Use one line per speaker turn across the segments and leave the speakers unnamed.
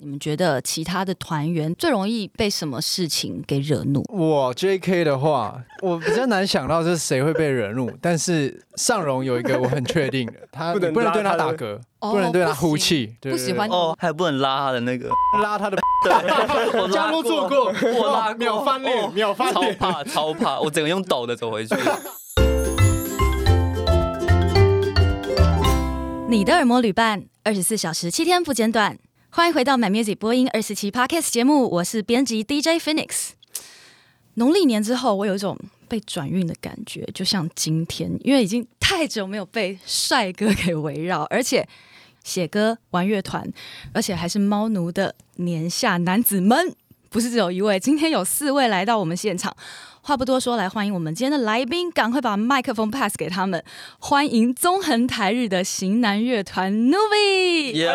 你们觉得其他的团员最容易被什么事情给惹怒？
我 J.K. 的话，我比较难想到是谁会被惹怒，但是尚荣有一个我很确定的，他
不能
你不能
拉
对他
他
打
的
嗝，
哦
不能对他
不
呼
行
气，对
不
对
喜
对
欢
哦，还不能拉他的那个，
拉他的
对，我
这样
拉
都做过，
我拉
哇 秒
过
翻脸，
哦
秒翻
超
脸。
怕超怕，我整个用抖的走回 去。
你的耳膜旅伴，二十四小时七天不间断。欢迎回到 My Music 播音二四七 Podcast 节目，我是编辑 DJ Phoenix。农历年之后，我有一种被转运的感觉，就像今天，因为已经太久没有被帅哥给围绕，而且写歌、玩乐团，而且还是猫奴的年下男子们，不是只有一位，今天有四位来到我们现场。话不多说，来欢迎我们今天的来宾，赶快把麦克风 pass 给他们。欢迎纵横台日的型男乐团 Novi。
哟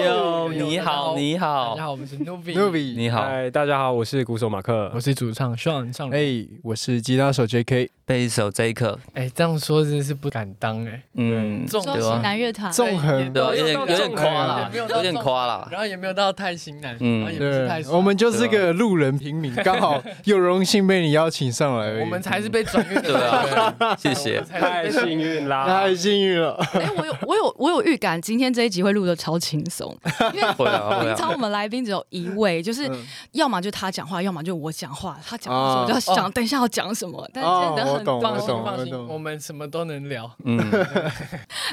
哟，哎你好你
大
好哎
家，好，我们是 Novi。
Novi，
你好，
嗨，大家好，我是鼓手马克
我。是主唱 Sean 上哎、
哎，我是吉他手 J.K.
贝斯手这一刻，
哎，这样说真是不敢当哎、
嗯，
重
说
对
型
吧？
男乐团，
纵横
对啊，有点有点夸
也
啦，
没有到
有点夸啦。
然后也没有到太型男，
嗯
然后也不是太
对，
帅
我们就是个路人平民，刚好有荣幸被你邀请上来而已。
我们才是被转运的，
对啊，谢谢
我。才是被
幸运 啦
太幸运了，
哎、我有我有我有预感，今天这一集会录的超轻松，因为
会 啊会
平常
啊，
我们来宾只有一位，就是
嗯
要么就他讲话，要么就我讲话。他讲什么我就要
哦
想，等一下要讲什么。但是今天
哦
人
我
很
懂
多
放心
我懂
放
我懂
心，我们什么都能聊。
嗯，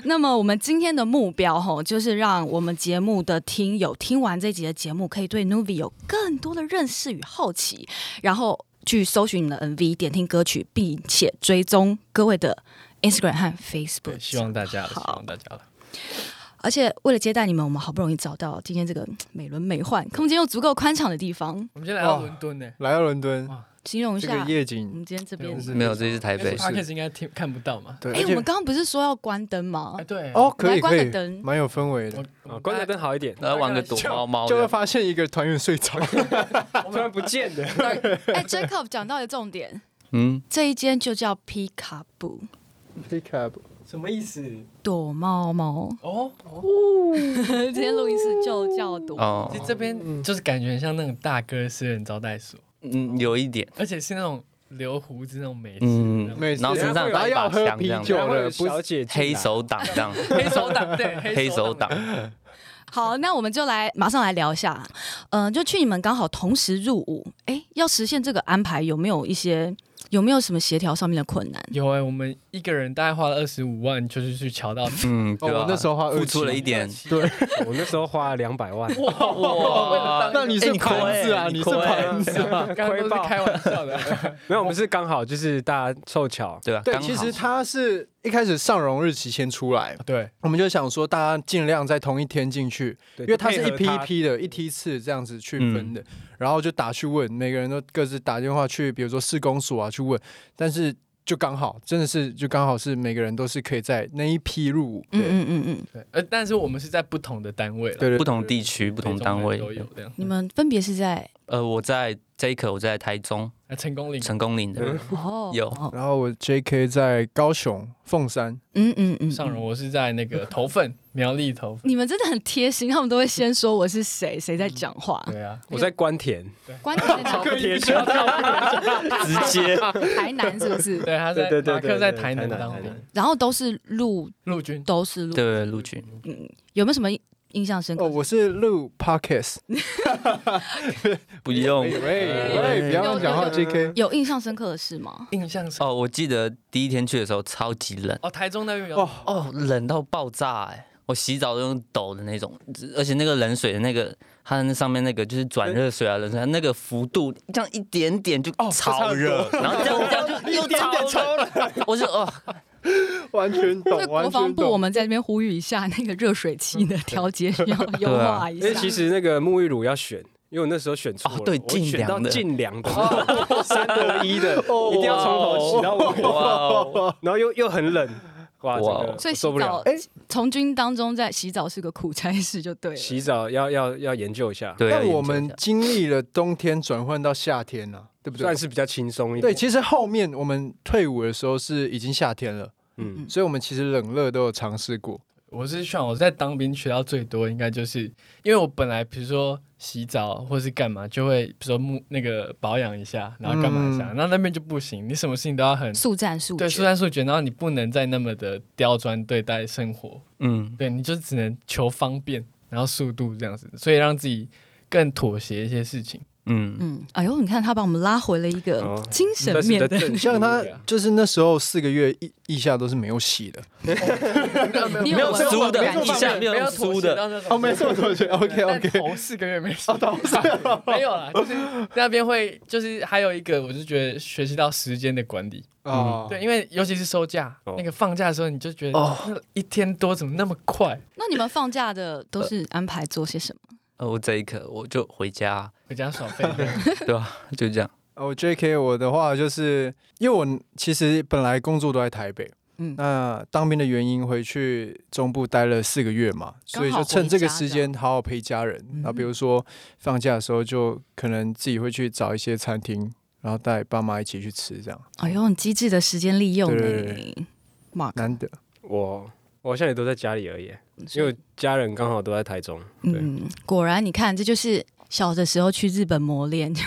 那么我们今天的目标吼，就是让我们节目的听友听完这集的节目，可以对 Novi 有更多的认识与好奇，然后去搜寻你的 MV，点听歌曲，并且追踪各位的 Instagram 和 Facebook。
对，希望大家了，希
好
望大家了。
而且为了接待你们，我们好不容易找到今天这个嗯美轮美奂、空间又足够宽敞的地方，
我们今天来到
哇
伦敦呢，
来到伦敦，
形容一
这个
下嗯
夜
我
景，
们今天这边
对我。是
没有，这是台北。
podcast 应该听看不到嘛？
对，
哎，
而
我
且
们刚刚不是说要关灯 吗
哎，？对
哦，可以
我们来关
可
个
以
灯，
蛮有氛围的，
啊，关台灯好一点，
然后玩个躲猫猫
就会
的，
发现一个团员睡着。
突然不见的。
哎，Jacob 讲到的重点，
嗯，
这一间就叫 p i k a b o
Pick up，
什么意思？
躲猫猫，
哦，
今天录音室就叫躲。
哦
其，实这边就是感觉很像那种大哥私人招待所，
嗯，有一点，
而且是那种留胡子那种美式，
嗯
那种
每次
然后身上有
然后
带一
要
把
喝
枪这
啤
样子
酒 了，不
小
是
姐进来
黑手党这 样，
黑手党，对，
黑手党，
好，那我们就来马上来聊一下，嗯、就去你们刚好同时入伍，哎，要实现这个安排，有没有一些有没有什么协调上面的困难？
有哎、我们一个人大概花了二十五万，就是去瞧到
嗯，
哦
对吧
我那时候花
付出
27
了一点，
对，
我那时候花了两百万，
哇
那你是
哎
盘子啊，
你
你是
亏欸
盘子 啊。
刚刚都是开玩笑的。
没有，我们是刚好就是大家凑巧，
对吧？
对，
刚好
其实他是一开始上容日期先出来，
对，
我们就想说大家尽量在同一天进去，
因
因为它是一批一批的，一梯次这样子去分的，然后就打去问，每个人都各自打电话去，比如说市公所啊去问，但是就刚好，真的是就刚好是每个人都是可以在那一批入伍，
嗯
对
嗯嗯嗯，
对，呃，但是我们是在不同的单位了，
对对，
不同地区、不
不
同单位
都有这样。
你们分别是在
呃，我在这一刻我在台中
啊，成功领
成功岭 的，
哦，
有
哦
然后我 J.K. 在高雄凤山，
嗯嗯嗯，
上荣，我是在那个头份苗栗 头份。
你们真的很贴心，他们都会先说我是谁，谁在讲话。
对啊，
我在关田，
关键在哪里？
铁锹，
直接
台南是不是？
对，他在
对对对
马
对
克在
对
台南
台南
当
台南
兵，
然后都是录，
陆军。
都是录。
对陆军，
有没有什么印象深刻？
哦，我是录 Podcast，
不用
喂 喂，不要乱讲话，J.K.
有印象深刻的事吗？
印象深
哦。我记得第一天去的时候超级冷，
哦，台中那边有
哦
哦，冷到爆炸哎、我洗澡都用抖的那种，而且那个冷水的那个，它的那上面那个就是转热水啊，冷水啊，那个幅度这样一点点就超热，然后这样这样就又超冷，我就哦，
完全
所以
懂，
国
完
防
全
部，我
懂。
们在这边呼吁一下，那个热水器的调节要优化一
因哎为其
下。
实那个沐浴乳要选，因为我那时候选错了，
哦对
我选到
尽
尽凉的，三合一的，一定要从头洗到尾，
哇哦，
然后又又很冷，哇，
哇
这个
所以洗
我受不
澡
了。，
从军当中在洗澡是个苦差事，就对了。
洗澡要要要研究一下，
对，要
但
研
我
究一
们
下
经历了冬天转换到夏天了，对不对
算？是比较轻松一点。
对，其实后面我们退伍的时候是已经夏天了，
嗯，
所以我们其实冷热都有尝试过。
我是想我在当兵学到最多，应该就是因为我本来比如说洗澡或是干嘛，就会比如说沐那个保养一下，然后干嘛一
嗯
下，那、那边就不行，你什么事情都要很
速战速
对啊速
决。
战速决，然后你不能再那么的刁钻对待生活，
嗯，
对，你就只能求方便，然后速度这样子，所以让自己更妥协一些事情。
嗯，
嗯，哎呦，你看他把我们拉回了一个
哦
精神面的，
你像他就是那时候四个月腋腋下都是没有洗的，
你
没有
文
租
化
的啊
感
一下没有用租的，
哦，
没错，同学，OK
但头四个月没
哦
洗， 没有啦，就是那边会，就是还有一个，我就觉得学习到时间的管理，
啊，
对，因为尤其是收假，
哦
那个放假的时候，你就觉得
哦
那一天多怎么那么快？
那你们放假的都是安排做些什么？
呃，我这一刻我就回家，
回家耍 废，
对吧？就这样，
哦，J.K. 我的话就是，因为我其实本来工作都在台北，
嗯
嗯，那当兵的原因回去中部待了四个月嘛，所以就趁这个时间好好陪家人
嗯。
那比如说放假的时候，就可能自己会去找一些餐厅，然后带爸妈一起去吃，这样
哎呦，很机智的时间利用
对对
呢，Mark，
难得。
我我好像也都在家里而已，因为我家人刚好都在台中。对，
嗯，果然你看，这就是小的时候去日本磨练，就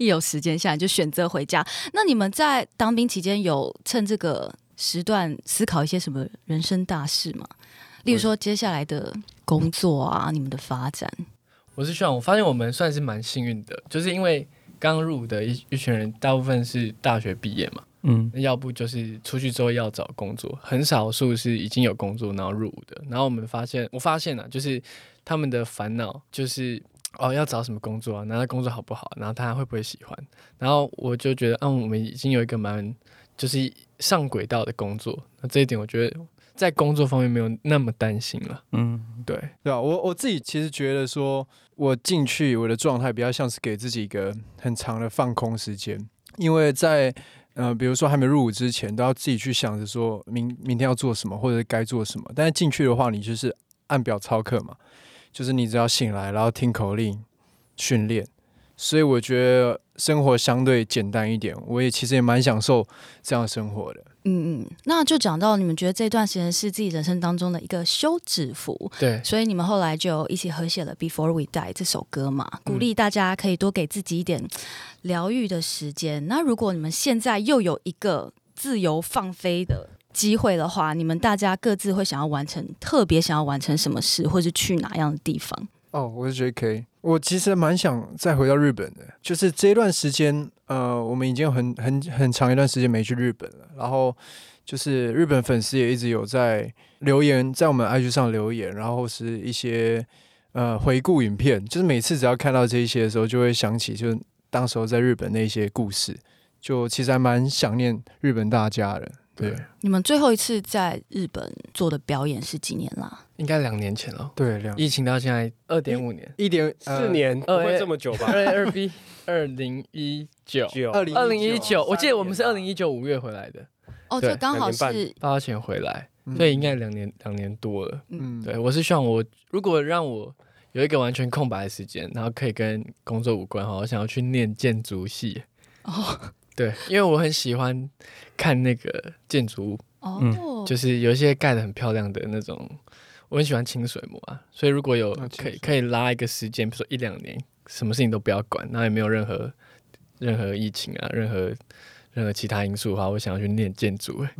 一有时间下来就选择回家。那你们在当兵期间有趁这个时段思考一些什么人生大事吗？例如说接下来的工作啊，你们的发展，
我是希望，我发现我们算是蛮幸运的，就是因为刚入伍的一一群人，大部分是大学毕业嘛，
嗯
要不就是出去之后要找工作，很少数是已经有工作然后入伍的。然后我们发现，我发现了、就是他们的烦恼就是哦要找什么工作啊，然后工作好不好，然后他会不会喜欢。然后我就觉得，嗯，我们已经有一个蛮就是上轨道的工作，那这一点我觉得在工作方面没有那么担心了。
嗯，
对，
对啊，我我自己其实觉得说，我进去我的状态比较像是给自己一个很长的放空时间，因为在呃，比如说还没入伍之前，都要自己去想着说明明天要做什么或者该做什么。但是进去的话，你就是按表操课嘛，就是你只要醒来，然后听口令训练。所以我觉得生活相对简单一点，我也其实也蛮享受这样的生活的。
嗯嗯，那就讲到你们觉得这段时间是自己人生当中的一个休止符，
对，
所以你们后来就一起合写了《Before We Die》这首歌嘛，鼓励大家可以多给自己一点疗愈的时间。那如果你们现在又有一个自由放飞的机会的话，你们大家各自会想要完成，特别想要完成什么事，或是去哪样的地方？
哦，我是 J.K. 我其实蛮想再回到日本的，就是这一段时间，呃，我们已经有很很很长一段时间没去日本了。然后就是日本粉丝也一直有在留言，在我们 IG 上留言，然后是一些呃回顾影片，就是每次只要看到这一些的时候，就会想起就是当时候在日本那一些故事，就其实还蛮想念日本大家的。对
你们最后一次在日本做的表演是几年啦？
应该两年前了，
对，两
疫情到现在二点五年，
一点
四年不
呃
哎
会这么久 吧？
二二 B 二零一九。
久，
二零
二零一九，我记得我们是二
三
零一九五月回来的，
哦，
对
就刚好
两
是
八前回来，
嗯
所以应该两年两年多了。
嗯
对我是希望我如果让我有一个完全空白的时间，然后可以跟工作无关哈，我想要去念建筑系。
哦
对，因为我很喜欢看那个建筑物，
哦，
就是有一些盖的很漂亮的那种，我很喜欢清水模啊，所以如果有
啊
可
清
以
水
可以拉一个时间，比如说一两年，什么事情都不要管，那也没有任何任何疫情啊，任何任何其他因素的话，我想要去念建筑、欸，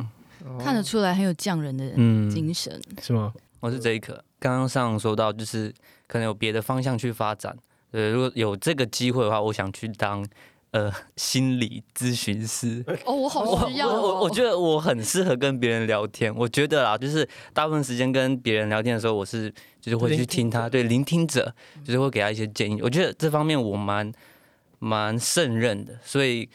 看得出来很有匠人的
嗯
精神。
是吗？
我哦是这一刻，刚刚上说到，就是可能有别的方向去发展。呃，如果有这个机会的话，我想去当呃心理咨询师。
哦，我好
我
需要、
我
哦
我我觉得我很适合跟别人聊天。我觉得啦，就是大部分时间跟别人聊天的时候，我是就是会去听他，对聆听者，就是会给他一些建议。我觉得这方面我蛮蛮胜任的，所以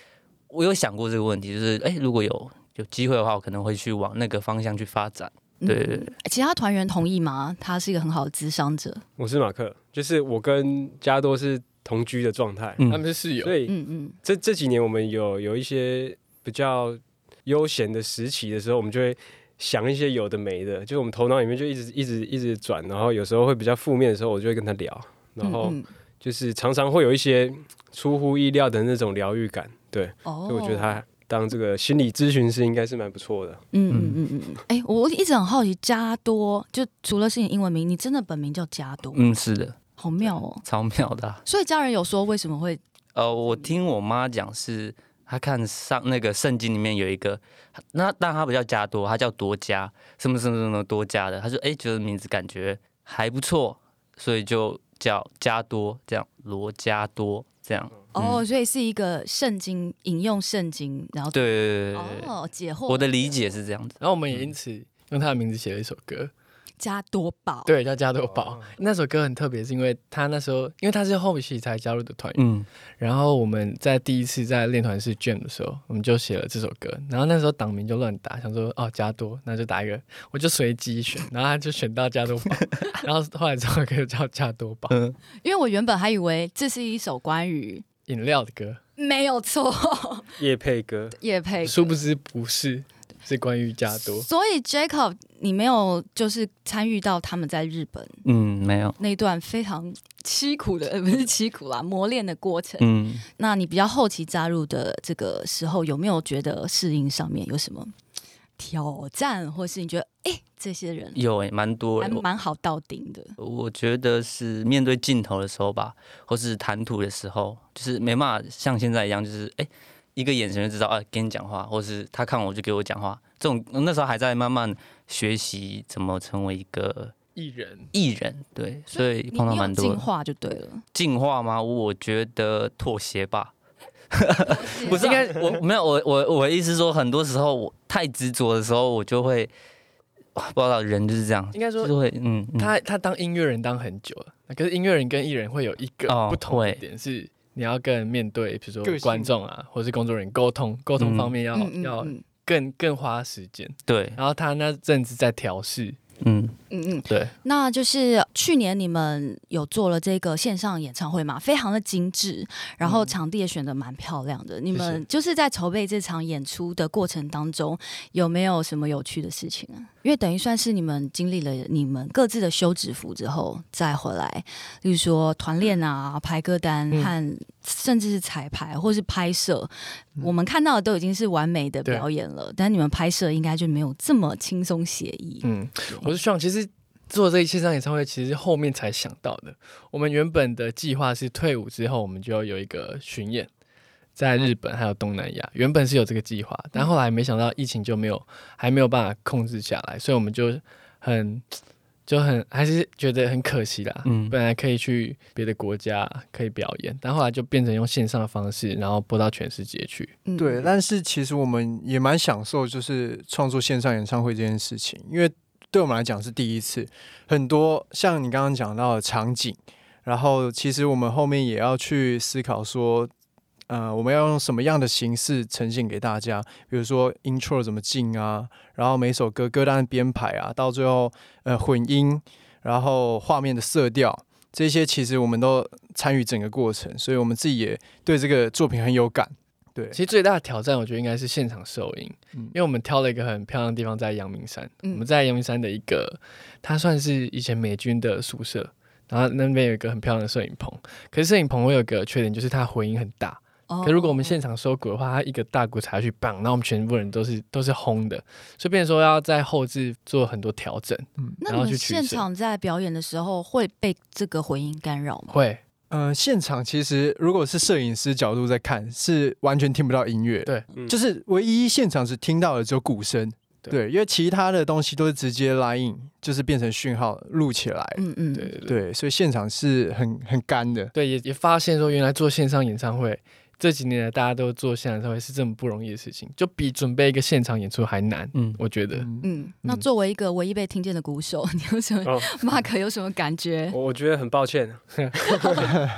我有想过这个问题，就是哎、诶如果有有机会的话，我可能会去往那个方向去发展。对对对，
嗯其他团员同意吗？他是一个很好的智商者。
我是马克，就是我跟加多是同居的状态，
他们
嗯
是室友，
所以
嗯嗯，
这这几年我们有有一些比较悠闲的时期的时候，我们就会想一些有的没的，就是我们头脑里面就一直一直一直转，然后有时候会比较负面的时候，我就会跟他聊，然后
嗯嗯
就是常常会有一些出乎意料的那种疗愈感，对，
哦，
所以我觉得他当这个心理咨询师应该是蛮不错的。
嗯嗯嗯嗯嗯。哎、我我一直很好奇，加多就除了是你英文名，你真的本名叫加多，
嗯，是的，
好妙哦。
超妙的啊、
所以家人有说为什么会
呃，我听我妈讲是，她看上那个圣经里面有一个，那但她不叫加多，她叫多加，什么什么什么多加的。她说，哎、觉得名字感觉还不错，所以就叫加多，这样罗加多这样。
嗯
哦，所以是一个圣经引用圣经，然后
对对对对对对
哦解惑
我的理解是这样子。
然后我们也因此用他的名字写了一首歌，
加多宝，
对，叫《加多宝》。那首歌很特别，是因为他那时候，因为他是后期才加入的团员，
嗯，
然后我们在第一次在练团是 Jam 的时候，我们就写了这首歌。然后那时候党名就乱打，想说哦加多，那就打一个，我就随机选，然后他就选到加多宝， 然后后来这首歌叫加多宝
因为我原本还以为这是一首关于
饮料的歌，
没有错
叶佩歌，
叶佩，
殊不知不是，是关于加多。
所以 Jacob，你没有就是参与到他们在日本
嗯，没有，
那段非常凄苦的，呃 不是凄苦啦，磨练的过程。
嗯，
那你比较后期加入的这个时候，有没有觉得适应上面有什么挑战，或是你觉得哎、这些人
有诶、蛮多诶、
还蛮好到顶的？
我我觉得是面对镜头的时候吧，或是谈吐的时候，就是没办法像现在一样，就是哎、一个眼神就知道啊，跟你讲话，或是他看我就给我讲话。这种那时候还在慢慢学习怎么成为一个
艺人
艺人，对，所以
你
碰到
你有
蛮多
进
的
化就对了，
进化吗？我觉得妥协吧。 不是应该我没有我我我的意思是说，很多时候我太执着的时候，我就会哇不知道人就是这样，
应该说
就是会嗯，嗯
他他当音乐人当很久了，可是音乐人跟艺人会有一个
哦
不同的
会
点是，你要跟面对，比如
个
说
性
观众啊，或是工作人员沟通，沟通
嗯
方面要、
嗯嗯
要
嗯
更更花时间。
对
然后他那阵子在调试，
嗯。
嗯嗯，
对，
那就是去年你们有做了这个线上演唱会嘛，非常的精致，然
嗯
后场地也选的蛮漂亮的。你们就是在筹备这场演出的过程当中，有没有什么有趣的事情啊？因为等于算是你们经历了你们各自的休止符之后再回来，例如说团练啊、排歌单
嗯
和甚至是彩排或是拍摄，我们看到的都已经是完美的
嗯对
表演了，但你们拍摄应该就没有这么轻松写意。
嗯，我是希望其实做这一线上演唱会，其实是后面才想到的。我们原本的计划是退伍之后，我们就要有一个巡演，在日本还有东南亚，原本是有这个计划，但后来没想到疫情就没有，还没有办法控制下来，所以我们就很。就很还是觉得很可惜啦，
嗯
本来可以去别的国家可以表演，但后来就变成用线上的方式，然后播到全世界去。
嗯
对，但是其实我们也蛮享受就是创作线上演唱会这件事情，因为对我们来讲是第一次，很多像你刚刚讲到的场景，然后其实我们后面也要去思考说。呃，我们要用什么样的形式呈现给大家？比如说 intro 怎么进啊，然后每首歌歌单的编排啊，到最后呃混音，然后画面的色调，这些其实我们都参与整个过程，所以我们自己也对这个作品很有感。对，
其实最大的挑战，我觉得应该是现场收音，
嗯
因为我们挑了一个很漂亮的地方，在阳明山。
嗯
我们在阳明山的一个，它算是以前美军的宿舍，然后那边有一个很漂亮的摄影棚。可是摄影棚会有个缺点，就是它回音很大。
哦
可如果我们现场收鼓的话，它一个大鼓踩下去，棒，然后我们全部人都是都是轰的，所以变成说要在后置做很多调整。
那
然
你
后
们
去取
现
舍
场在表演的时候会被这个回音干扰吗？
会，
呃，现场其实如果是摄影师角度在看，是完全听不到音乐，
对
嗯
就是唯一现场只听到的只有鼓声，
对
对，因为其他的东西都是直接 line，就是变成讯号录起来，
嗯嗯，
对对对。
对，所以现场是很很干的，
对，也也发现说，原来做线上演唱会这几年来，大家都做线上演唱会是这么不容易的事情，就比准备一个现场演出还难。
嗯
我觉得，
嗯，
嗯，那
嗯
作为一个唯一被听见的鼓手，你有什么、
哦
Mark 有什么感觉？
哦
我我觉得很抱歉，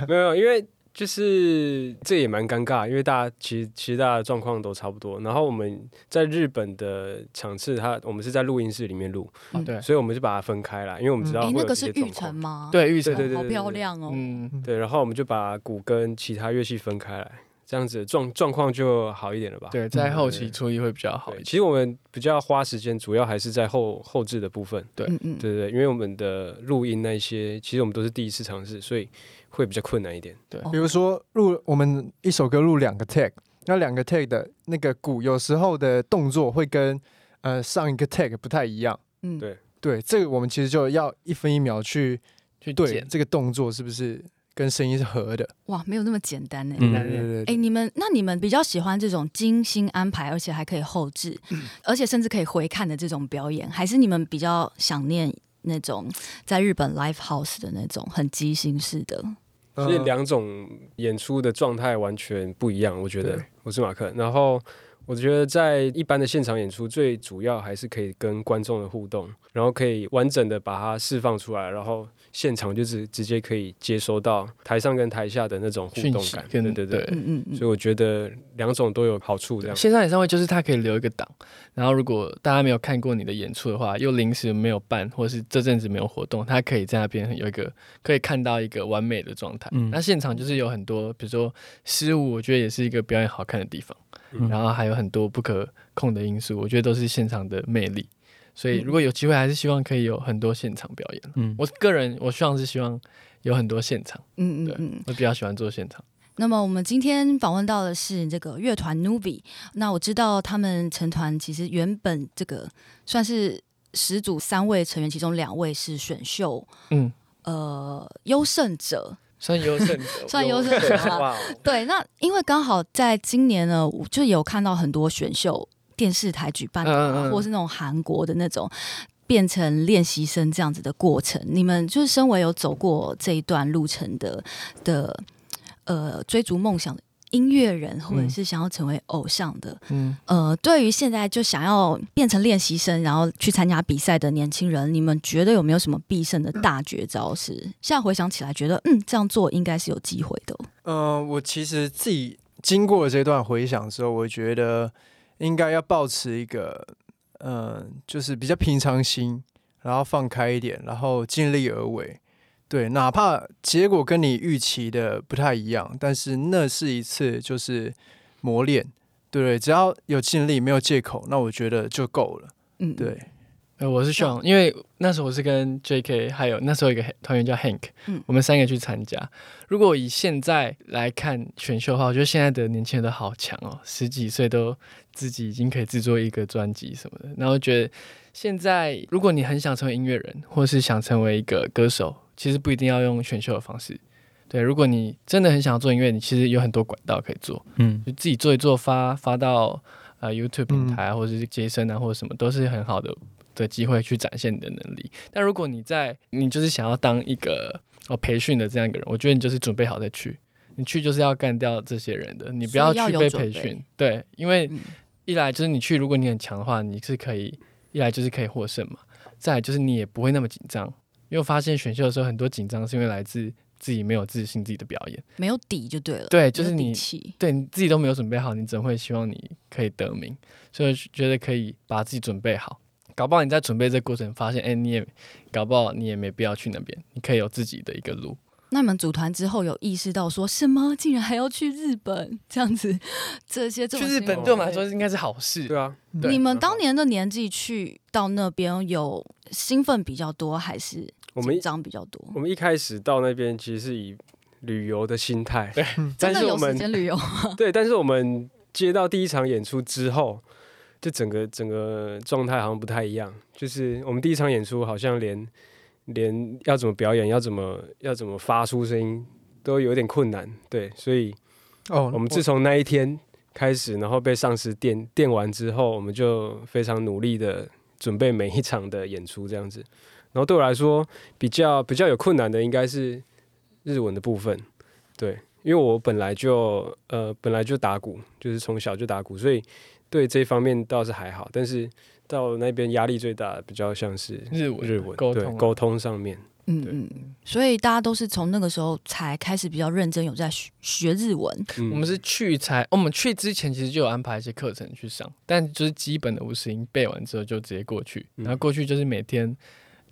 没有，因为就是这也蛮尴尬，因为大家其实其实大家的状况都差不多。然后我们在日本的场次，它我们是在录音室里面录，
啊，对啊
所以我们就把它分开来，因为我们知道
哎、
会
嗯那
有
个
这
是玉
些状
成
况。
吗？
对，玉
对
成，
对对
好
对
漂
对
亮哦。
嗯，
对，然后我们就把鼓跟其他乐器分开来，这样子状状况就好一点了吧？
对，在后期
对
处理会比较好
对，
一
其
些。
实我们比较花时间，主要还是在后后置的部分。
对
嗯嗯，
对对，对因为我们的录音那一些，其实我们都是第一次尝试，所以会比较困难一点。
哦
比如说录我们一首歌录两个 tag，那两个 tag 的那个鼓有时候的动作会跟呃上一个 tag 不太一样。
嗯，
对
对，这个我们其实就要一分一秒去
去
对
剪。
这个动作是不是跟声音是合的。
哇，没有那么简单呢、
嗯
对对对
哎、
对，
你们那你们比较喜欢这种精心安排，而且还可以后置，
嗯
而且甚至可以回看的这种表演，还是你们比较想念那种在日本 live house 的那种很即兴式的？
嗯
所以两种演出的状态完全不一样，我觉得
对。
我是马克，然后我觉得在一般的现场演出，最主要还是可以跟观众的互动，然后可以完整的把它释放出来，然后现场就直直接可以接收到台上跟台下的那种互
讯
动
息
感，对
跟
对对。
嗯嗯嗯，
所以我觉得两种都有好处，这样。
线上演唱会就是它可以留一个档，然后如果大家没有看过你的演出的话，又临时没有办，或是这阵子没有活动，它可以在那边有一个可以看到一个完美的状态。
嗯
那现场就是有很多，比如说失误，我觉得也是一个表演好看的地方，
嗯
然后还有很多不可控的因素，我觉得都是现场的魅力。所以如果有机会，还是希望可以有很多现场表演。
嗯，
我个人我希望是希望有很多现场，
嗯嗯
对
嗯。
我比较喜欢做现场。
那么我们今天访问到的是这个乐团 Nubi。那我知道他们成团其实原本这个算是十组三位成员，其中两位是选秀
嗯，
呃优胜者，
算优胜
算优 胜者吗？
哇，哦
对，那因为刚好在今年呢，我就有看到很多选秀电视台举办的啊、
嗯嗯嗯
或是那种韩国的那种变成练习生这样子的过程。你们就是身为有走过这一段路程的的呃追逐梦想的音乐人，或者
嗯
是想要成为偶像的，
嗯，
呃，对于现在就想要变成练习生，然后去参加比赛的年轻人，你们觉得有没有什么必胜的大绝招是？现在回想起来，觉得嗯这样做应该是有机会的哦、
嗯、我其实自己经过了这段回想之后，我觉得应该要保持一个嗯、呃就是比较平常心，然后放开一点，然后尽力而为。对，哪怕结果跟你预期的不太一样，但是那是一次就是磨练，对不对？只要有尽力，没有借口，那我觉得就够了。
嗯，
对，
呃，我是 Sean，因为那时候我是跟 J.K. 还有那时候有一个团员叫 Hank，
嗯
我们三个去参加。如果以现在来看选秀的话，我觉得现在的年轻人都好强哦，十几岁都自己已经可以制作一个专辑什么的。然后觉得现在，如果你很想成为音乐人，或是想成为一个歌手，其实不一定要用选秀的方式。对，如果你真的很想要做音乐，你其实有很多管道可以做。
嗯
就自己做一做发发到呃 YouTube
嗯
平台、或者是接生啊或者什么，都是很好的的机会去展现你的能力。但如果你在你就是想要当一个哦培训的这样一个人，我觉得你就是准备好再去，你去就是要干掉这些人的，你不
所以要
去
有
被
准
培
备
训。对，因为
嗯
一来就是你去，如果你很强的话，你是可以一来就是可以获胜嘛，再来就是你也不会那么紧张，因为我发现选秀的时候很多紧张是因为来自自己没有自信自己的表演。
没有底就对了。
对就是
没有底
你
气。
对你自己都没有准备好，你怎么会希望你可以得名？所以我觉得可以把自己准备好。搞不好你在准备这个过程，发现哎、你也搞不好你也没必要去那边，你可以有自己的一个路。
那你们组团之后有意识到说什么？竟然还要去日本这样子， 这些这
去
种
日本
行为
对我们来说应该是好事。
对啊，
对嗯
你们当年的年纪去到那边有兴奋比较多，还是
我们
紧
一
张比较多？
我们一开始到那边其实是以旅游的心态，
真
但
的
是
有
我
时
们
间旅 游？
对，但是我们接到第一场演出之后，就整个整个状态好像不太一样。就是我们第一场演出好像连连要怎么表演，要怎么要怎么发出声音都有点困难。对，所以
哦，
我们自从那一天开始，然后被上司电电完之后，我们就非常努力的准备每一场的演出这样子。然后对我来说，比较比较有困难的应该是日文的部分，对，因为我本来就呃本来就打鼓，就是从小就打鼓，所以对这方面倒是还好。但是到那边压力最大，的比较像是
日文
日文
沟
对
通啊
沟通上面。
嗯
对
嗯，所以大家都是从那个时候才开始比较认真有在学学日文。
嗯
我们是去才，我们去之前其实就有安排一些课程去上，但就是基本的五十音背完之后就直接过去，
嗯
然后过去就是每天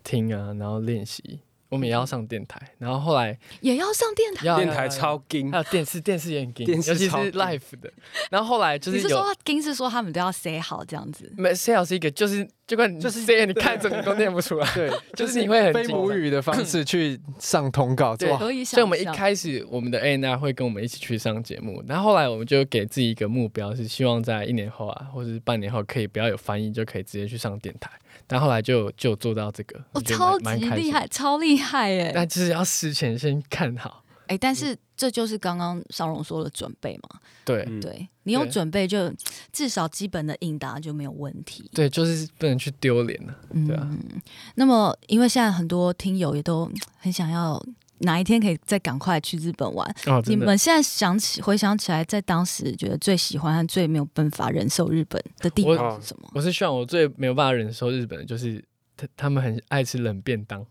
听啊，然后练习。我们也要上电台，然后后来
也要上电台。
要
电
要
台
要
超金
还，有电视电视也很 gay，
电视
尤其是
超
live 的。然后后来就是
你是
有
说，金是说他们都要 say 好这样子？
没 C L 是一个就是就跟就是 C L 你看着你都念不出 来，
对，
就是你会很
非
紧
母
张
语的方式去上通告，
对
哇，
可以想象。
所以我们一开始，我们的 A N R 会跟我们一起去上节目，然后后来我们就给自己一个目标，是希望在一年后啊，或者是半年后，可以不要有翻译，就可以直接去上电台。但后来就就有做到这个，
我、
我觉得
哦超级
蛮蛮开心
厉害，超厉害耶！哎、
但嗯就是要事前先看好。
但是这就是刚刚尚荣说的准备嘛。
对、
嗯
对你有
对
准备就，至少基本的应答就没有问题。
对，就是不能去丢脸了。对啊
嗯，那么因为现在很多听友也都很想要哪一天可以再赶快去日本玩。
哦，
你
真的
们现在想起回想起来，在当时觉得最喜欢和最没有办法忍受日本的地方
我
是什么？
我是希望我最没有办法忍受日本的就是他他们很爱吃冷便 当。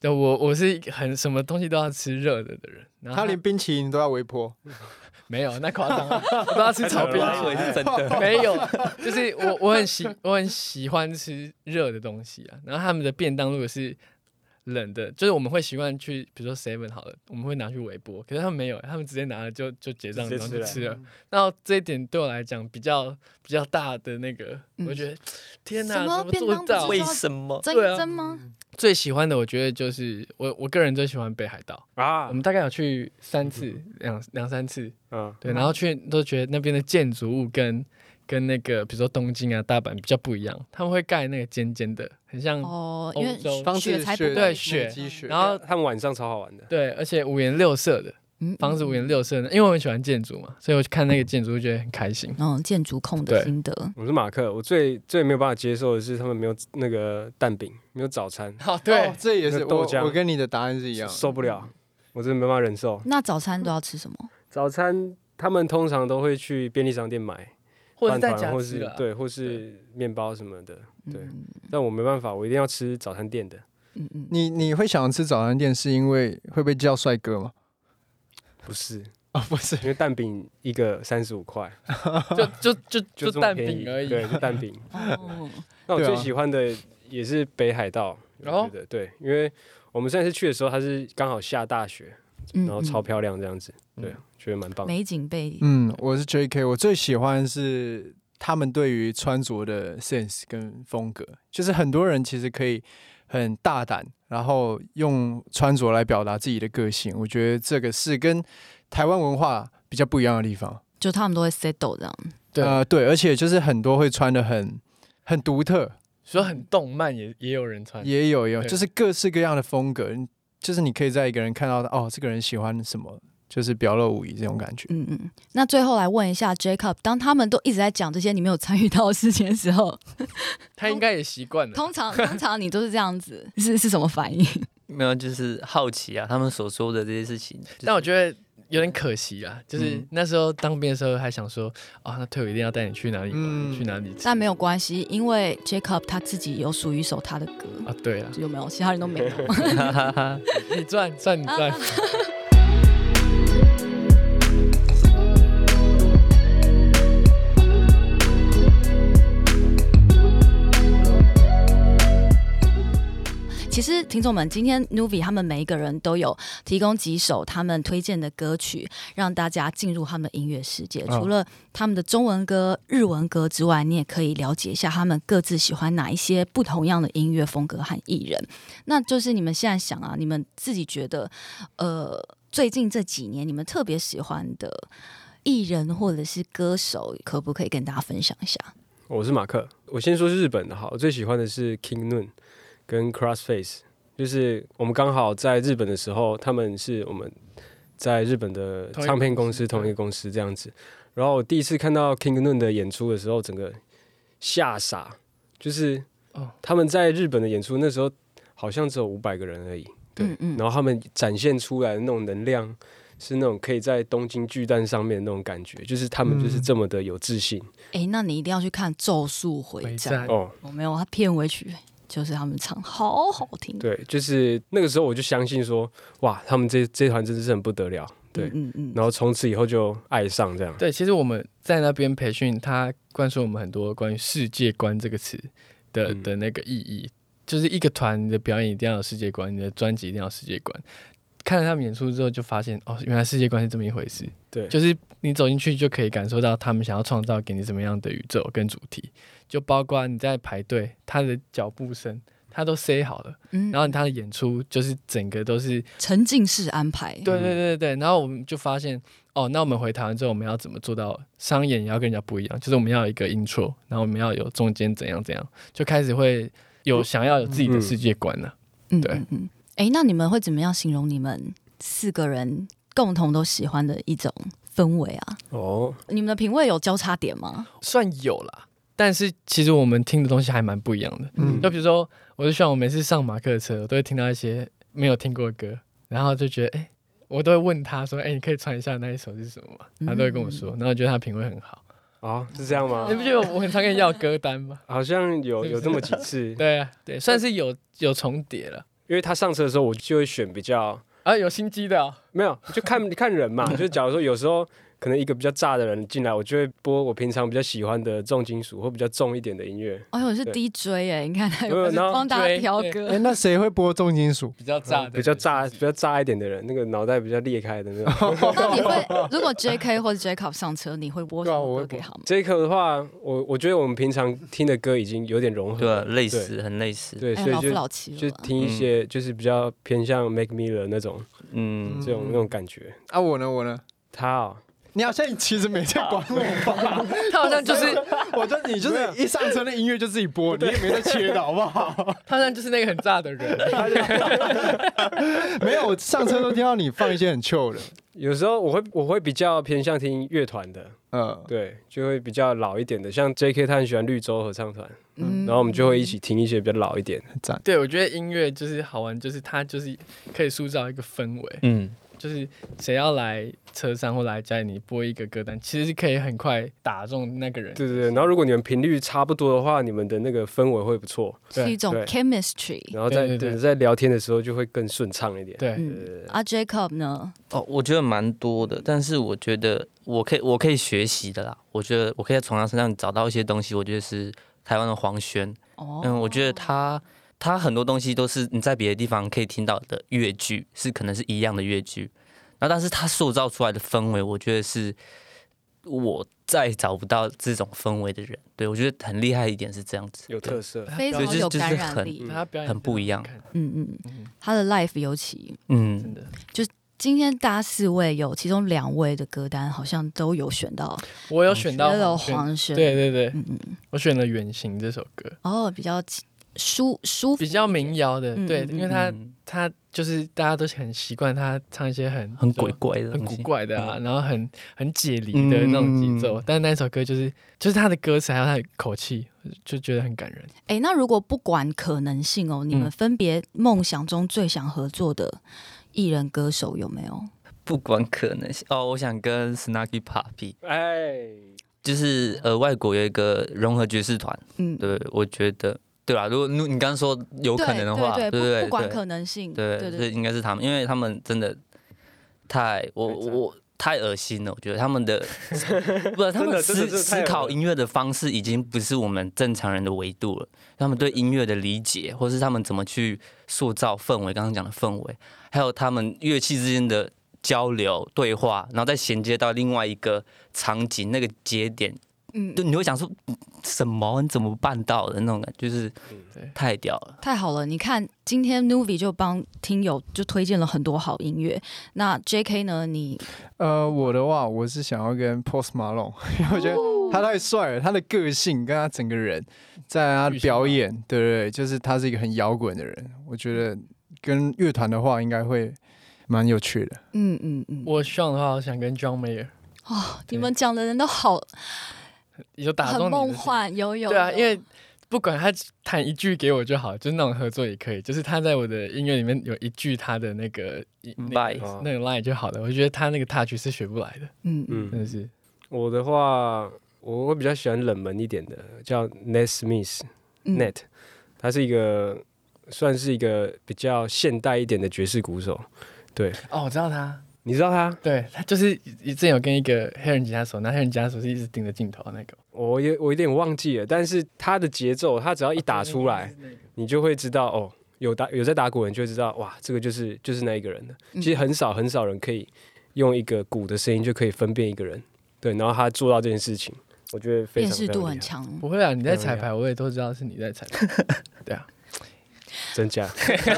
对，我我是一个很什么东西都要吃热的的人，然后
他连冰淇淋都要微波，
没有那夸张了，我都要吃炒
我
冰
本
淇
来以
淋
为是真的，
没有，就是我我很喜我很喜欢吃热的东西啊。然后他们的便当如果是冷的，就是我们会习惯去，比如说 Seven 好了，我们会拿去微波。可是他们没有，他们直接拿了就就结账，
直接
然后就
吃
吃
啊
了。那这一点对我来讲比较比较大的那个，
嗯
我觉得天哪，
什么
怎么做
便当不
得 到
是？
为什么？
真
对啊
真吗？
最喜欢的，我觉得就是我我个人最喜欢北海道。
啊
我，们大概有去三次，两两三次，
嗯，
对，
嗯
然后去都觉得那边的建筑物跟跟那个比如说东京啊、大阪比较不一样，他们会盖那个尖尖的，很像，
哦，因为
欧洲
防止
雪才不
雪
对
会
嗯雪
积雪哦
然后
他们晚上超好玩的，
对，而且五颜六色的
嗯
房子五颜六色的，因为我很喜欢建筑嘛，所以我去看那个建筑就觉得很开 心。
嗯，建筑控的
对
心得，
我是马克，我最最没有办法接受的是他们没有那个蛋饼，没有早餐，
好，
哦，这也是
那豆
我
浆
我跟你的答案是一样的，
受不了，我真的没办法忍受。
那早餐都要吃什么？
早餐他们通常都会去便利商店买
或者
饭
在
团，
家
或
吃
是
啊，
对，或是面包什么的。对
嗯
但我没办法，我一定要吃早餐店的，
嗯嗯，
你你会想吃早餐店，是因为会被叫帅哥吗？
不是
啊， 不是，
因为蛋饼一个三十五块，
就就就
就
就
这么
蛋
便宜
饼而已。
对，就蛋饼。
哦，
那我
对啊
最喜欢的也是北海道，我
哦
觉得对，因为我们上次去的时候，它是刚好下大雪，
嗯
然后超漂亮这样子，
嗯
对，觉得蛮棒的。
美景被
嗯，我是 J.K.，我最喜欢是他们对于穿着的 sense 跟风格，就是很多人其实可以很大胆，然后用穿着来表达自己的个性。我觉得这个是跟台湾文化比较不一样的地方。
就他们都会 settle 这样，
对
呃，对，而且就是很多会穿的很很独特，
说很动漫也也有人穿，
也有也有，
嗯对
就是各式各样的风格，就是你可以在一个人看到哦，这个人喜欢什么，就是表露无遗这种感觉。
嗯嗯。那最后来问一下 Jacob，当他们都一直在讲这些你没有参与到的事情的时候，
他应该也习惯了。
通常通常你都是这样子， 是是什么反应？
没有，就是好奇啊，他们所说的这些事情。就是
但我觉得有点可惜啊，就是
嗯
那时候当兵的时候还想说，啊，那退伍一定要带你去哪里玩，
嗯
去哪里吃。
但没有关系，因为 Jacob 他自己有属于一首他的歌，
啊，对啊，
有没有？其他人都没有。
你赚赚你赚。
其实，听众们，今天 Nuvi 他们每一个人都有提供几首他们推荐的歌曲，让大家进入他们的音乐世界。
嗯
除了他们的中文歌、日文歌之外，你也可以了解一下他们各自喜欢哪一些不同样的音乐风格和艺人。那就是你们现在想啊，你们自己觉得，呃，最近这几年你们特别喜欢的艺人或者是歌手，可不可以跟大家分享一下？
哦我是马克，我先说日本的哈，我最喜欢的是 King Noon 跟 Crossface，就是我们刚好在日本的时候，他们是我们在日本的唱片公司
同
同
一
一
个
个公司这样子。然后我第一次看到 King Noon 的演出的时候，整个吓傻，就是
哦
他们在日本的演出那时候好像只有五百个人而已，对
嗯嗯
然后他们展现出来的那种能量。是那种可以在东京巨蛋上面的那种感觉，就是他们就是这么的有自信、
嗯
哎、那你一定要去看《咒术回
回
战》
战
哦。
我没有，他片尾曲就是他们唱，好好听。
对，就是那个时候我就相信说，哇，他们这这团真的是很不得了。对，
嗯嗯嗯，
然后从此以后就爱上这样。
对，其实我们在那边培训，他灌输我们很多关于世界观这个词的
嗯
的那个意义。就是一个团，你的表演一定要有世界观，你的专辑一定要有世界观。看了他们演出之后，就发现哦，原来世界观是这么一回事。
对，
就是你走进去就可以感受到他们想要创造给你什么样的宇宙跟主题，就包括你在排队，他的脚步声他都塞好了，
嗯，
然后他的演出就是整个都是
沉浸式安排，
对对对对对，然后我们就发现，哦，那我们回台湾之后，我们要怎么做到商演也要跟人家不一样？就是我们要有一个 intro，然后我们要有中间怎样怎样，就开始会有想要有自己的世界观了、
嗯
对
嗯嗯。哎、那你们会怎么样形容你们四个人共同都喜欢的一种氛围啊？
哦，
你们的品味有交叉点吗？
算有啦。但是其实我们听的东西还蛮不一样的，
嗯
就比如说，我就希望我每次上马克的车，我都会听到一些没有听过的歌，然后就觉得，哎、我都会问他说，哎、你可以传一下那一首是什么吗？
嗯
他都会跟我说，然后我觉得他品味很好。
啊，是这样
哦
吗
你？不觉得我很常跟你要歌 单吗？
好像有
是不是
有这么几 次，
对啊，对，算是有有重叠了
因为他上车的时候，我就会选比较
啊，有心机的、哦，
没有，就看看人嘛。就假如说有时候可能一个比较炸的人进来，我就会播我平常比较喜欢的重金属或比较重一点的音乐。
哎呦，我是
对
DJ 哎、你看他
没有
有
然后
帮大家
对
挑
对
哎、
歌，
那谁会播重金属？
比较炸的，
嗯比较炸、比较炸一点的人，那个脑袋比较裂开的那种。
那你会如果 JK 或者 Jacob 上车，你会播什
对啊
么
我会
歌给
播
他们？
这一刻的话，我我觉得我们平常听的歌已经有点融合
对啊
了，，
类似很类似，
对，
哎、
所以
老夫
就
老妻
就
了吧。
听
嗯
一些就是比较偏向 Make Me 的那种
嗯，
这种那种感觉。
啊，我呢，我呢？
他哦，
你好像其实没在管我吧？
他好像就是
我就你就是一上车那音乐就自己播，你也没在切的好不好？
他好像就是那个很炸的人，
没有，我上车都听到你放一些很 chill 的，
有时候我会我会比较偏向听乐团的，
嗯，
对，就会比较老一点的，像 J.K. 他很喜欢绿洲合唱团，
嗯
然后我们就会一起听一些比较老一点。
很赞。
对我觉得音乐就是好玩，就是它就是可以塑造一个氛围，
嗯，
就是谁要来车上或来家里，你播一个歌单，其实是可以很快打中那个人，
对对对，然后如果你们频率差不多的话，你们的那个氛围会不错，
是一种
对
chemistry。
然后在
对对对
在聊天的时候就会更顺畅一点。
对，
嗯，啊，Jacob 呢？
哦，我觉得蛮多的，但是我觉得我可以我可以学习的啦，我觉得我可以从他身上找到一些东西，我觉得是台湾的黄轩，
哦，
嗯，我觉得他他很多东西都是你在别的地方可以听到的乐句，是可能是一样的乐句，然后但是他塑造出来的氛围，我觉得是我再找不到这种氛围的人，对我觉得很厉害一点是这样子，
有特色，嗯
非常
对就是
有
就是
感染
很
力。
他表
嗯
演
很不一样
真的好
嗯嗯，
看，嗯，
他的 life 尤其，
嗯，
今天大家四位有其中两位的歌单好像都有选到，
我有选到
选到
轩，
黄轩，
对对对，
嗯嗯，
我选了《远行》这首歌，
哦，比较舒舒服
比，较民谣的
嗯，
对，
嗯
因为他
嗯
他就是大家都很习惯他唱一些很
很鬼怪的
很
东
古
西，嗯
怪的啊，然后很很解离的那种节奏，但是那首歌就是就是他的歌词还有他的口气，就觉得很感人。
哎，那如果不管可能性
嗯
哦，你们分别梦想中最想合作的艺人歌手有没有？
不管可能性哦，我想跟 Snuggy Puppy，
哎，
就是呃外国有一个融合爵士团，
嗯，
对，我觉能对啊啦，如果你你刚刚说有可能的话，
对对
对对
对，
对，
不不管可能性，
对
对
所
对，
以应该是他们，因为他们真的太我
太赞
我太恶心了，我觉得他们 的不是他
真的真
们
的
思
真的太
思
恶
考
了
音乐的方式已经不是我们正常人的维度了，他们对音乐的理解，或是他们怎么去塑造氛围，刚刚讲的氛围，还有他们乐器之间的交流对话，然后再衔接到另外一个场景那个节点，
嗯
就，你会想说嗯什么？你怎么办到的那种感觉，就是
嗯
对
太屌了。
太好了！你看，今天 Nuvi 就帮听友就推荐了很多好音乐。那 J.K. 呢？你
呃，我的话，我是想要跟 Post Malone，因 为我觉得他
哦
太帅了，他的个性跟他整个人，在他的表演，对对对，就是他是一个很摇滚的人，我觉得跟乐团的话应该会蛮有趣的。
嗯嗯嗯，
我望的话，我想跟 John Mayer，
哦，
对
你们讲的人都好
有打
很
动你
梦
的是
幻，有有
对啊，
有
因为不管他弹一句给我就好，就是那种合作也可以，就是他在我的音乐里面有一句他的那个那
嗯
Bye
个那个 line 就好了，我觉得他那个 touch 是学不来的，
嗯嗯
真
嗯，
的是。
我的话，我会比较喜欢冷门一点的，叫 Nat Smith。
嗯
Net，他是一个算是一个比较现代一点的爵士鼓手。对，
哦，我知道他，
你知道他？
对他就是之前有跟一个黑人吉他手，那黑人吉他手是一直盯着镜头的那个，
我有我有点忘记了，但是他的节奏，他只要一打出
哦
来，你就会知道哦，有打有在打鼓的人就会知道，哇，这个就是就是那一个人的。
嗯
其实很少很少人可以用一个鼓的声音就可以分辨一个人，对，然后他做到这件事情，我觉得非
辨
常
识
非
度
常厉
很
害，
强。
不会啊，你在彩
哎
排，我也都知道是你在彩 排。
真假？应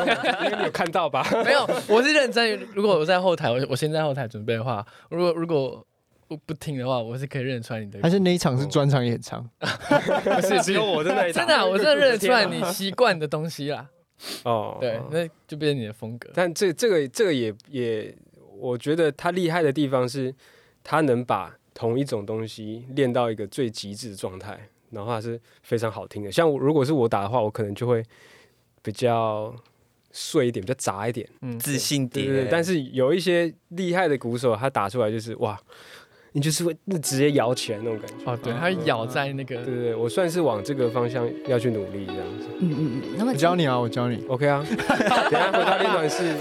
该没有看到吧？
没有，我是认真。如果我在后台，我我先在后台准备的话，如果如果我不听的话，我是可以认得出来你的。
还是那一场是专场演唱？
不是只有我在那里打
真的啊、我真的认得出来你习惯的东西啦。
哦，
对，那就变成你的风格。
但这这个这个也也，我觉得他厉害的地方是，他能把同一种东西练到一个最极致的状态，然后它是非常好听的。像我如果是我打的话，我可能就会比较碎一点，比较杂一点，
嗯，
自信
对
点。
对对。但是有一些厉害的鼓手，他打出来就是哇，你就是会那直接摇起来那种感觉。
哦，对，它会咬在那
对
个，
对对，我算是往这个方向要去努力这样子。
嗯嗯嗯，那么
我教你啊，我教你。
OK 啊，等一下回到练团室。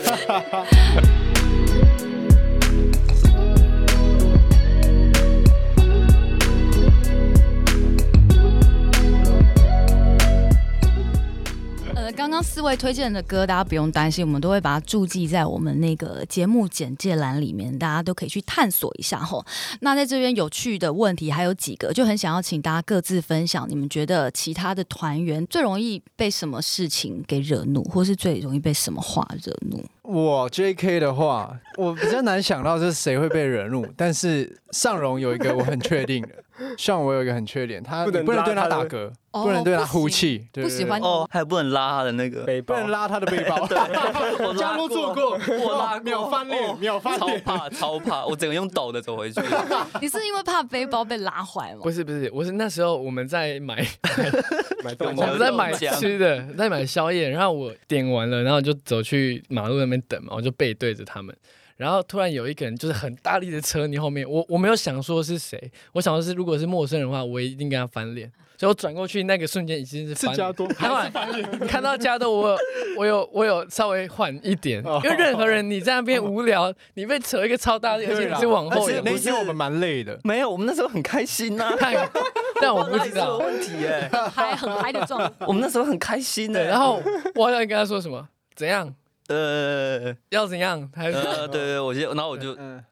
呃，刚刚四位推荐的歌，大家不用担心，我们都会把它注记在我们那个节目简介栏里面，大家都可以去探索一下吼。那在这边有趣的问题还有几个，就很想要请大家各自分享，你们觉得其他的团员最容易被什么事情给惹怒，或是最容易被什么话惹怒？
我 J.K. 的话， 我比较难想到是谁会被惹怒，但是尚荣有一个我很确定 的，尚我有一个很确定，他
不能
你不能
拉
对他
他
打
的
嗝，
哦
不能对他
不行
呼气，对
不
对
喜
对
欢
哦，还不能拉他的那个，
背
不
包
能拉他的背包。
我
加
拉
入做 过，
我拉过
秒翻
哦
脸，秒翻
超
脸。
怕超怕，我整个用抖的走回去。
你是因为怕背包被拉坏吗
不？是不是，我是那时候我们在 买，
买动
我
漫
们在买 吃的，在买宵夜，然后我点完了，然后就走去马路那边等嘛，我就背对着他们。然后突然有一个人就是很大力的车你后面，我我没有想说是谁，我想说是如果是陌生人的话，我一定跟他翻 脸。所以我转过去那个瞬间已经是
是
翻脸
加多，
还好啊看到加多，我有我有我有稍微缓一点，因为任何人你在那边无聊，你被扯一个超 大力，而且你是往
但
后
是
仰，
那天我们蛮累的，
没有，我们那时候很开心 呐、 啊。
看，但我不知
有
道。
问题哎、
嗨，很嗨的状态。
我们那时候很开心的、
对，然后我好像跟他说什么， 怎样
呃
要怎样，他就
呃，对对，我就然后我就
嗯，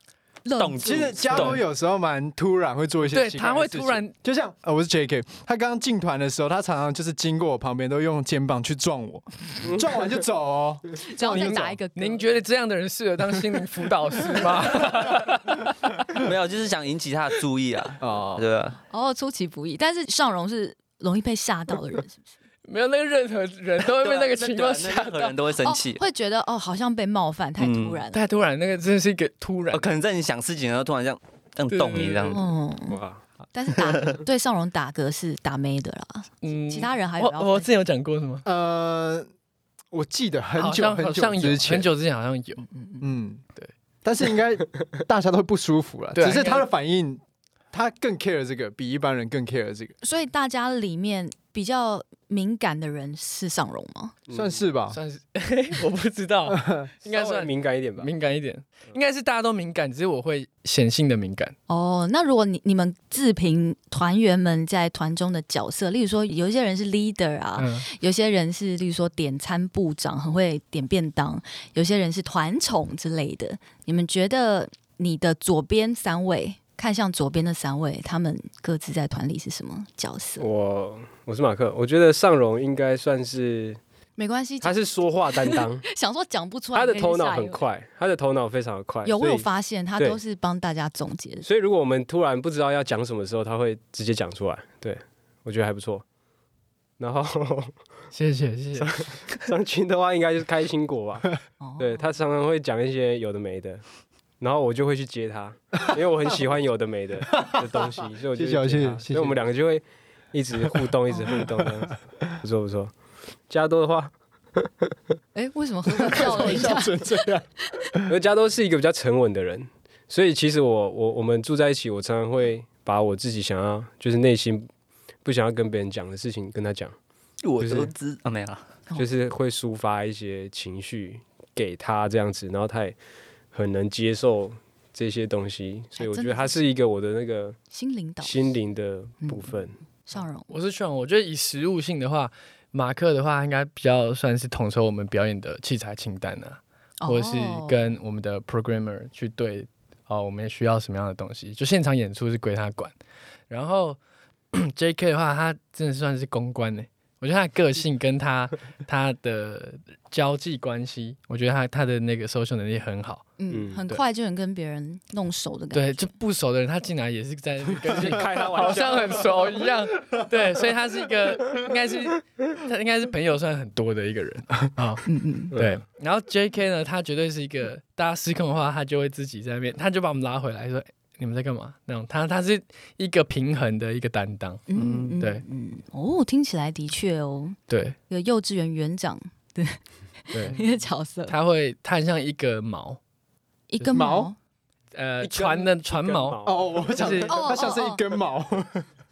动
其实加多有时候蛮突然，会做一些
对
奇怪
他
的
会
事
突
情
然
就像呃，我是 J.K.，他刚进团的时候，他常常就是经过我旁边，都用肩膀去撞 我，撞完就走哦。
只要再打一个嗝，
您觉得这样的人适合当心灵辅导师吗？
没有，就是想引起他的注意 啊，
哦，
对吧？
哦出其不意，但是尚荣是容易被吓到的人，是不是？
没有，那个任何人都会被那个情况
对
吓
啊那任何
到
人。都会 生气
哦，。
嗯
会觉得哦好像被冒犯，太突然了。
太突然，那个真的是一个突然
呃，。可能在你想事情的时候，突然这样这样动你这样。
哦，
哇，
但是 打对尚荣打嗝是打没的啦，
嗯
其他人还有
我
要
我之前有讲过什么？
呃，我记得很
好
久
像
很
好
久
像有
之前
很，久之前好像有。
嗯，
对。
但是应该大家都会不舒服了，
对啊
只是
应该
他的反应，他更 care 这个，比一般人更 care 这个，
所以大家里面比较敏感的人是尚荣吗？
嗯
算是吧。
嗯算是， 我不知道，应该
稍微
算
敏感一点吧。
敏感一点，应该是大家都敏感，只是我会显性的敏感。
哦，那如果你你们自评团员们在团中的角色，例如说有一些人是 leader 啊，
嗯，
有些人是例如说点餐部长，很会点便当；有些人是团宠之类的。你们觉得你的左边三位，看向左边的三位，他们各自在团里是什么角色？
我我是马克，我觉得尚荣应该算是
没关系，
他是说话 担当，
想说讲不出来，
他的
可以
头脑
下一
很
位。
快，他的头脑非常的快。
有我
所以
有发现，他
对
都是帮大家总结的。
所以如果我们突然不知道要讲什么的时候，他会直接讲出来。对我觉得还不错。然后
谢谢谢谢。
张军的话应该就是开心果吧，
哦，
对他常常会讲一些有的没的，然后我就会去接他，因为我很喜欢有的没的的东西，所以我就
谢谢
会接他
谢谢谢谢
所以我们两个就会一直互动，一直互动这样子，不错不错。加多的话，
哎，为什么喝 喝笑了一下？
而加多是一个比较沉稳的人，所以其实我我我们住在一起，我常常会把我自己想要就是内心不想要跟别人讲的事情跟他讲，
我
就是
都知啊，没有啦，
哦
就是会抒发一些情绪给他这样子，然后他也很能接受这些东西，所以我觉
哎真
得
的
它是一个我的那个
心灵导
心灵的部分。
笑容，
我是劝，我觉得以实物性的话，马克的话应该比较算是统筹我们表演的器材清单啊，或者是
哦
跟我们的 programmer 去对，哦，我们需要什么样的东西，就现场演出是归他管。然后 J.K. 的话，他真的算是公关呢、我觉得他的个性跟他他的交际关系，我觉得他他的那个 social 能力很好。
嗯，
嗯
很
对
快就能跟别人弄熟的感
对，
觉。
就不熟的人，他进来也是在那边跟
开他玩
好
笑，
像很熟一样， 对，所以他是一个应该是他应该是朋友算很多的一个人啊、
嗯嗯，
对，然后 J.K. 呢，他绝对是一个大家失控的话，他就会自己在那边，他就把我们拉回来说欸你们在干嘛那种，他他是一个平衡的一个担当，
嗯嗯，
对
嗯，哦，听起来的确哦，
对
一个幼稚园园长
对，
一个角色，
他会他很像一个毛，
一根
毛
毛
呃，
一根
船的船
跟
毛，
哦，我想
就是
哦
它像是一根毛，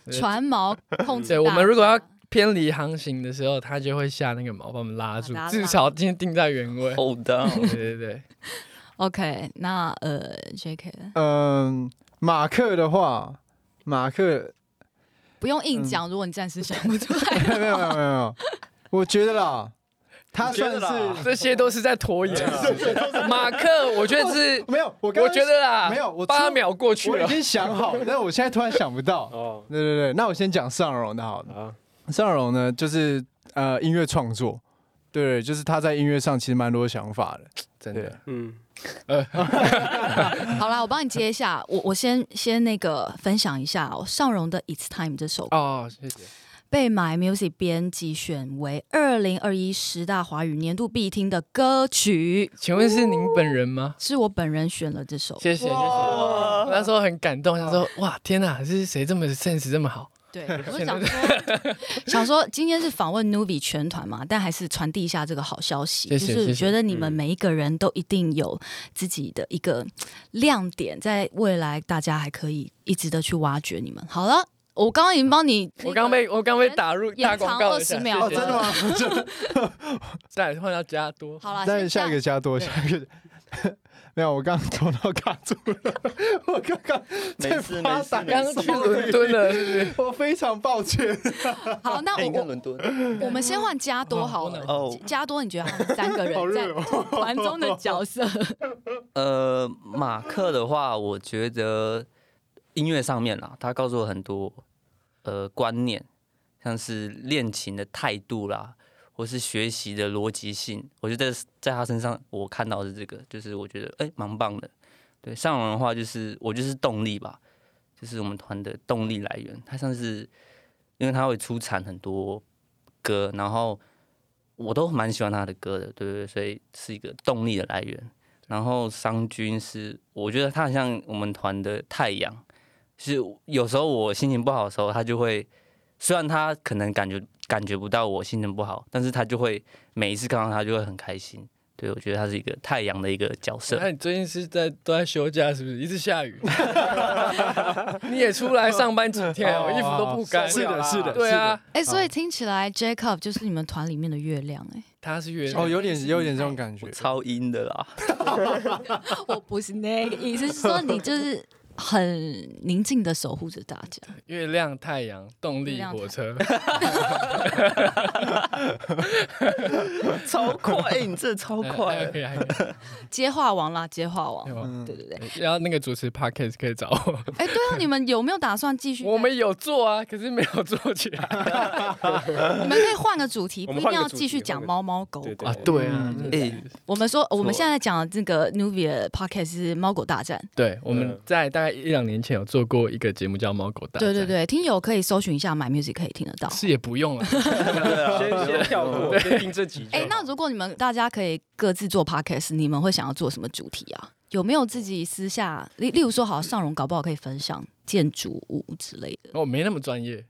对
船毛控制大
对
家。
我们如果要偏离航行的时候，他就会下那个毛把我们拉住
把它，拉
至少今天定在原 位。
，hold down，
对对对，
OK，那呃，J.K. 呢
嗯，马克的话，马 克
不用
嗯
硬讲，如果你暂时想不出来，
没有没有没有没有，我觉得啦，他
你觉
算
得
是
啦
这些都是在拖延。马克，我觉得是，
没有，我刚
我
刚
觉得啦，
没有我
八秒过去
我已
了。
经想好，但我现在突然想不 到。
哦
对对对，那我先讲尚荣的好了。
啊，
尚荣呢，就是呃音乐创作，对，就是他在音乐上其实蛮多想法的。
真
对，
嗯，
好啦，我帮你接一下。我我先先那个分享一下哦、尚荣的《It's Time》这首歌。
哦，谢谢。
被 My Music 编辑选为二零二一十大华语年度必听的歌曲，
请问是您本人吗？
是我本人选了这首。
谢谢谢谢。我那时候很感动，想
哦
说哇天哪，是谁这么 sense 这么好？
对，我就想说， 想说今天是访问 Nuvi 全团嘛，但还是传递一下这个好消息，
谢谢
就
谢
是
谢嗯
觉得你们每一个人都一定有自己的一个亮点，在未来大家还可以一直的去挖掘你们。好了，我刚刚已经帮你，
我刚被我刚被打入
延
大广告了一下
长20秒
谢
哦，
谢
真的 吗？
再来换到加多。
好了，
但
先
是下一个加多，下一个 没有，我刚刚头脑卡住了， 我刚刚在
没事
发呆
没
刚
事
刚去伦敦了，是不是？
我非常抱歉。
好，那
哎，你看
我
伦敦，
我我们先换加多好了。
哦，
加多，你觉得他们三个
好
人
热哦
在团中的角 色？
呃，马克的话，我觉得音乐上面啦，啊他告诉我很多呃观念，像是恋情的态度啦，或是学习的逻辑性，我觉得在他身上我看到的是这个，就是我觉得哎蛮、棒的。对，上荣的话就是我就是动力吧，就是我们团的动力来源。他像是因为他会出产很多歌，然后我都蛮喜欢他的歌的，对不对？所以是一个动力的来源。然后商君是，我觉得他很像我们团的太阳，就是有时候我心情不好的时候，他就会，虽然他可能感觉感觉不到我心情不好，但是他就会每一次看到他就会很开心。对，我觉得他是一个太阳的一个角色。
那你最近是在都在休假是不是？一直 下雨， 你也出来上班几天哦，衣服都不干。
是的，是的，
对啊，
哎、所
哦
以听起来 Jacob 就是你们团里面的月亮哎、
他是月
是的。
亮
哦，有点有点这种感觉
我。超阴的啦，
我不是那个意思，是说你就是很宁静的守护着大家。
月亮、太阳、动
月
力
亮
火车，
超快，哎你真的超
哎
快
可。以，还可以
接话王啦，接话王，
嗯
嗯
有
对对对。
然后那个主持 podcast 可以找我，
哎、对 啊，你们有没有打算继续？
我们有做啊，可是没有做起来
你们可以换个主题，不
我
一
们
定
换个
要
主
继续
题
讲
换个
猫猫狗狗
对。对，
对 啊，
嗯
哎、
我们说，我们
错
现在讲的这个 Nuvia podcast 是猫狗大战。
对，我们在大概一两年前有做过一个节目叫《猫狗大战
对》，对，对，听友可以搜寻一下，My Music 可以听得到。
是也不用了， 啊
先先跳过，先听这几句。
哎、那如果你们大家可以各自做 podcast，你们会想要做什么主题啊？有没有自己私下，例例如说，好尚荣搞不好可以分享建筑物之类的。
我没那么专业，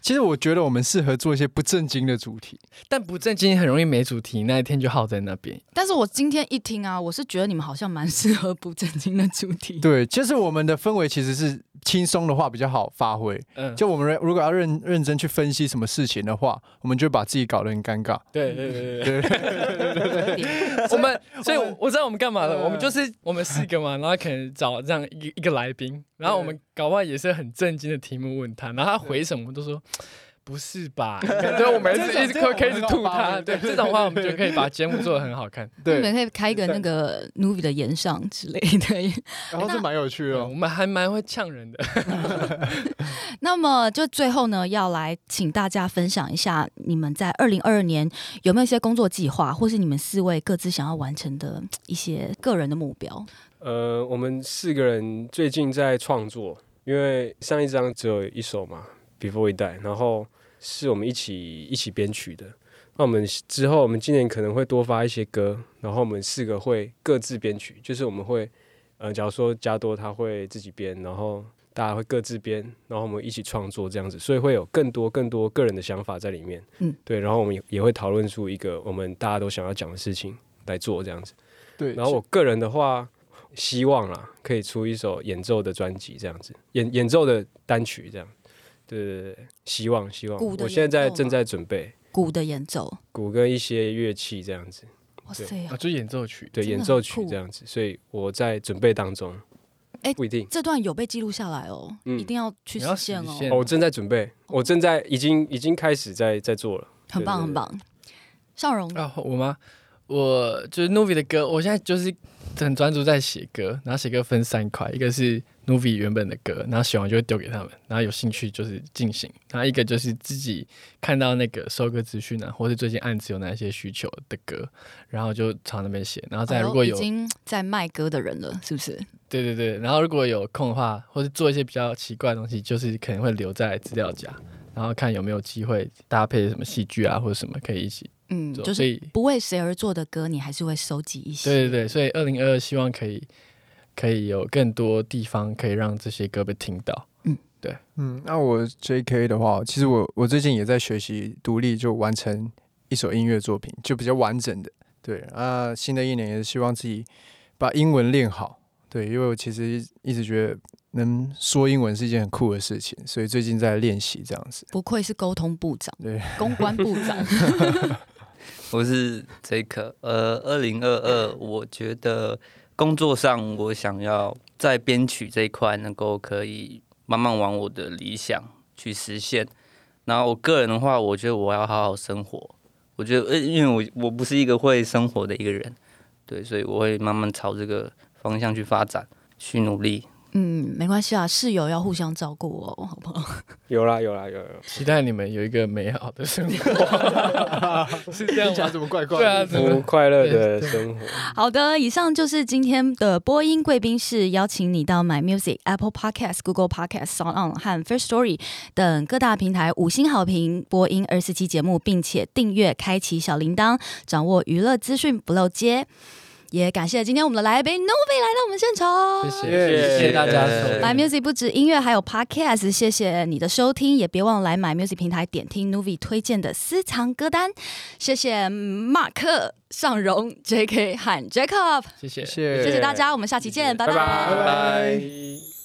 其实我觉得我们适合做一些不正经的主题。
但不正经很容易没主题，那一天就耗在那边。
但是我今天一听啊，我是觉得你们好像蛮适合不正经的主题。
对，就是我们的氛围其实是轻松的话比较好发挥。
嗯，
就我们如果要认认真去分析什么事情的话，我们就把自己搞得很尴尬。
对对对对。
对，
嗯 我们，嗯所以我我知道我们干嘛了。我们就是我们四个嘛，然后可能找这样一个一个来宾，然后我们搞不好也是很震惊的题目问他，然后他回什么我们都说不是 吧，感觉我们一直一直
这种
可以一直
这种
吐
我们
他。
很好
对， 这种话我们就可以把节目做的很好看。
你们
对，
可以开一个那个 n u v i 的演上之类的。
然后这蛮有趣
对，啊
的
我
哦。
们还蛮会呛人的。
那么就最后呢，要来请大家分享一下你们在二零二二年有没有一些工作计划，或是你们四位各自想要完成的嘖一些个人的目标？
呃，我们四个人最近在创作，因为上一张只有一首嘛，《Before We Die》，然后是我们一起一起编曲的。那我们之后，我们今年可能会多发一些歌，然后我们四个会各自编曲，就是我们会，呃，假如说加多他会自己编，然后大家会各自编，然后我们一起创作这样子，所以会有更多更多个人的想法在里面。
嗯，
对，然后我们也也会讨论出一个我们大家都想要讲的事情来做这样子。
对，
然后我个人的话，希望啦可以出一首演奏的专辑，这样子演演奏的单曲这样。对对对对，希望希望
鼓，的
我现在
演奏
正
吗
在准备
鼓的演奏，
鼓跟一些乐器这样子，
哇塞！
啊，就演奏曲，
真
对
的
演
很
奏曲
酷
这样子，所以我在准备当中。
哎
不一定
这段有被记录下来哦，
嗯
一定要去
你要
实现
实
哦，
现
哦，我正在准备，我正在已经已经开始在在做了。
很棒
对对对
很棒。笑容
啊，我吗？我就是 Novi 的歌，我现在就是很专注在写歌，然后写歌分三块，一个是 Novi 原本的歌，然后写完就会丢给他们，然后有兴趣就是进行；然后一个就是自己看到那个收割资讯啊，或是最近案子有哪些需求的歌，然后就朝那边写，然后再
哎呦
如果有、
已经在卖歌的人了，是不是？
对对对，然后如果有空的话，或是做一些比较奇怪的东西，就是可能会留在资料夹，然后看有没有机会搭配什么戏剧啊或者什么可以一起
嗯，
做，
就
所
是
以
不为谁而作的歌，你还是会收集一些。
对对对，所以二零二二希望可以可以有更多地方可以让这些歌被听到。
嗯，那我 J.K. 的话，其实我我最近也在学习独立，就完成一首音乐作品，就比较完整的。对啊，新的一年也是希望自己把英文练好。对，因为我其实一直觉得能说英文是一件很酷的事情，所以最近在练习这样子。
不愧是沟通部长、
对，
公关部 长，
我是 Jake，呃，二零二二，我觉得工作上我想要在编曲这一块能够可以慢慢往我的理想去实现。然后我个人的话，我觉得我要好好生活。我觉得，呃因为我我不是一个会生活的一个人，对，所以我会慢慢朝这个方向去发展，去努力。
嗯，没关系啊，室友要互相照顾哦，好不好？
有啦有啦有啦有啦，
期待你们有一个美好的生活，是这样吗？
怎么怪怪
对啊，怎
幸福
么
快乐
对
的生活。
好的，以上就是今天的播音贵宾室，邀请你到 My Music、Apple Podcast、Google Podcast、Sound On 和 First Story 等各大平台五星好评播音二十期节目，并且订阅、开启小铃铛，掌握娱乐资讯不漏接。也感谢今天我们的来宾 Novi 来到我们现场，
谢谢谢谢大家的收听，
My Music 不止音乐，还有 Podcast。谢谢你的收听，也别忘了来 My Music 平台点听 Novi 推荐的私藏歌单。谢谢马克、尚荣、J.K. 和 Jacob，
谢谢
谢
谢谢大家，我们下期见，拜拜
拜拜。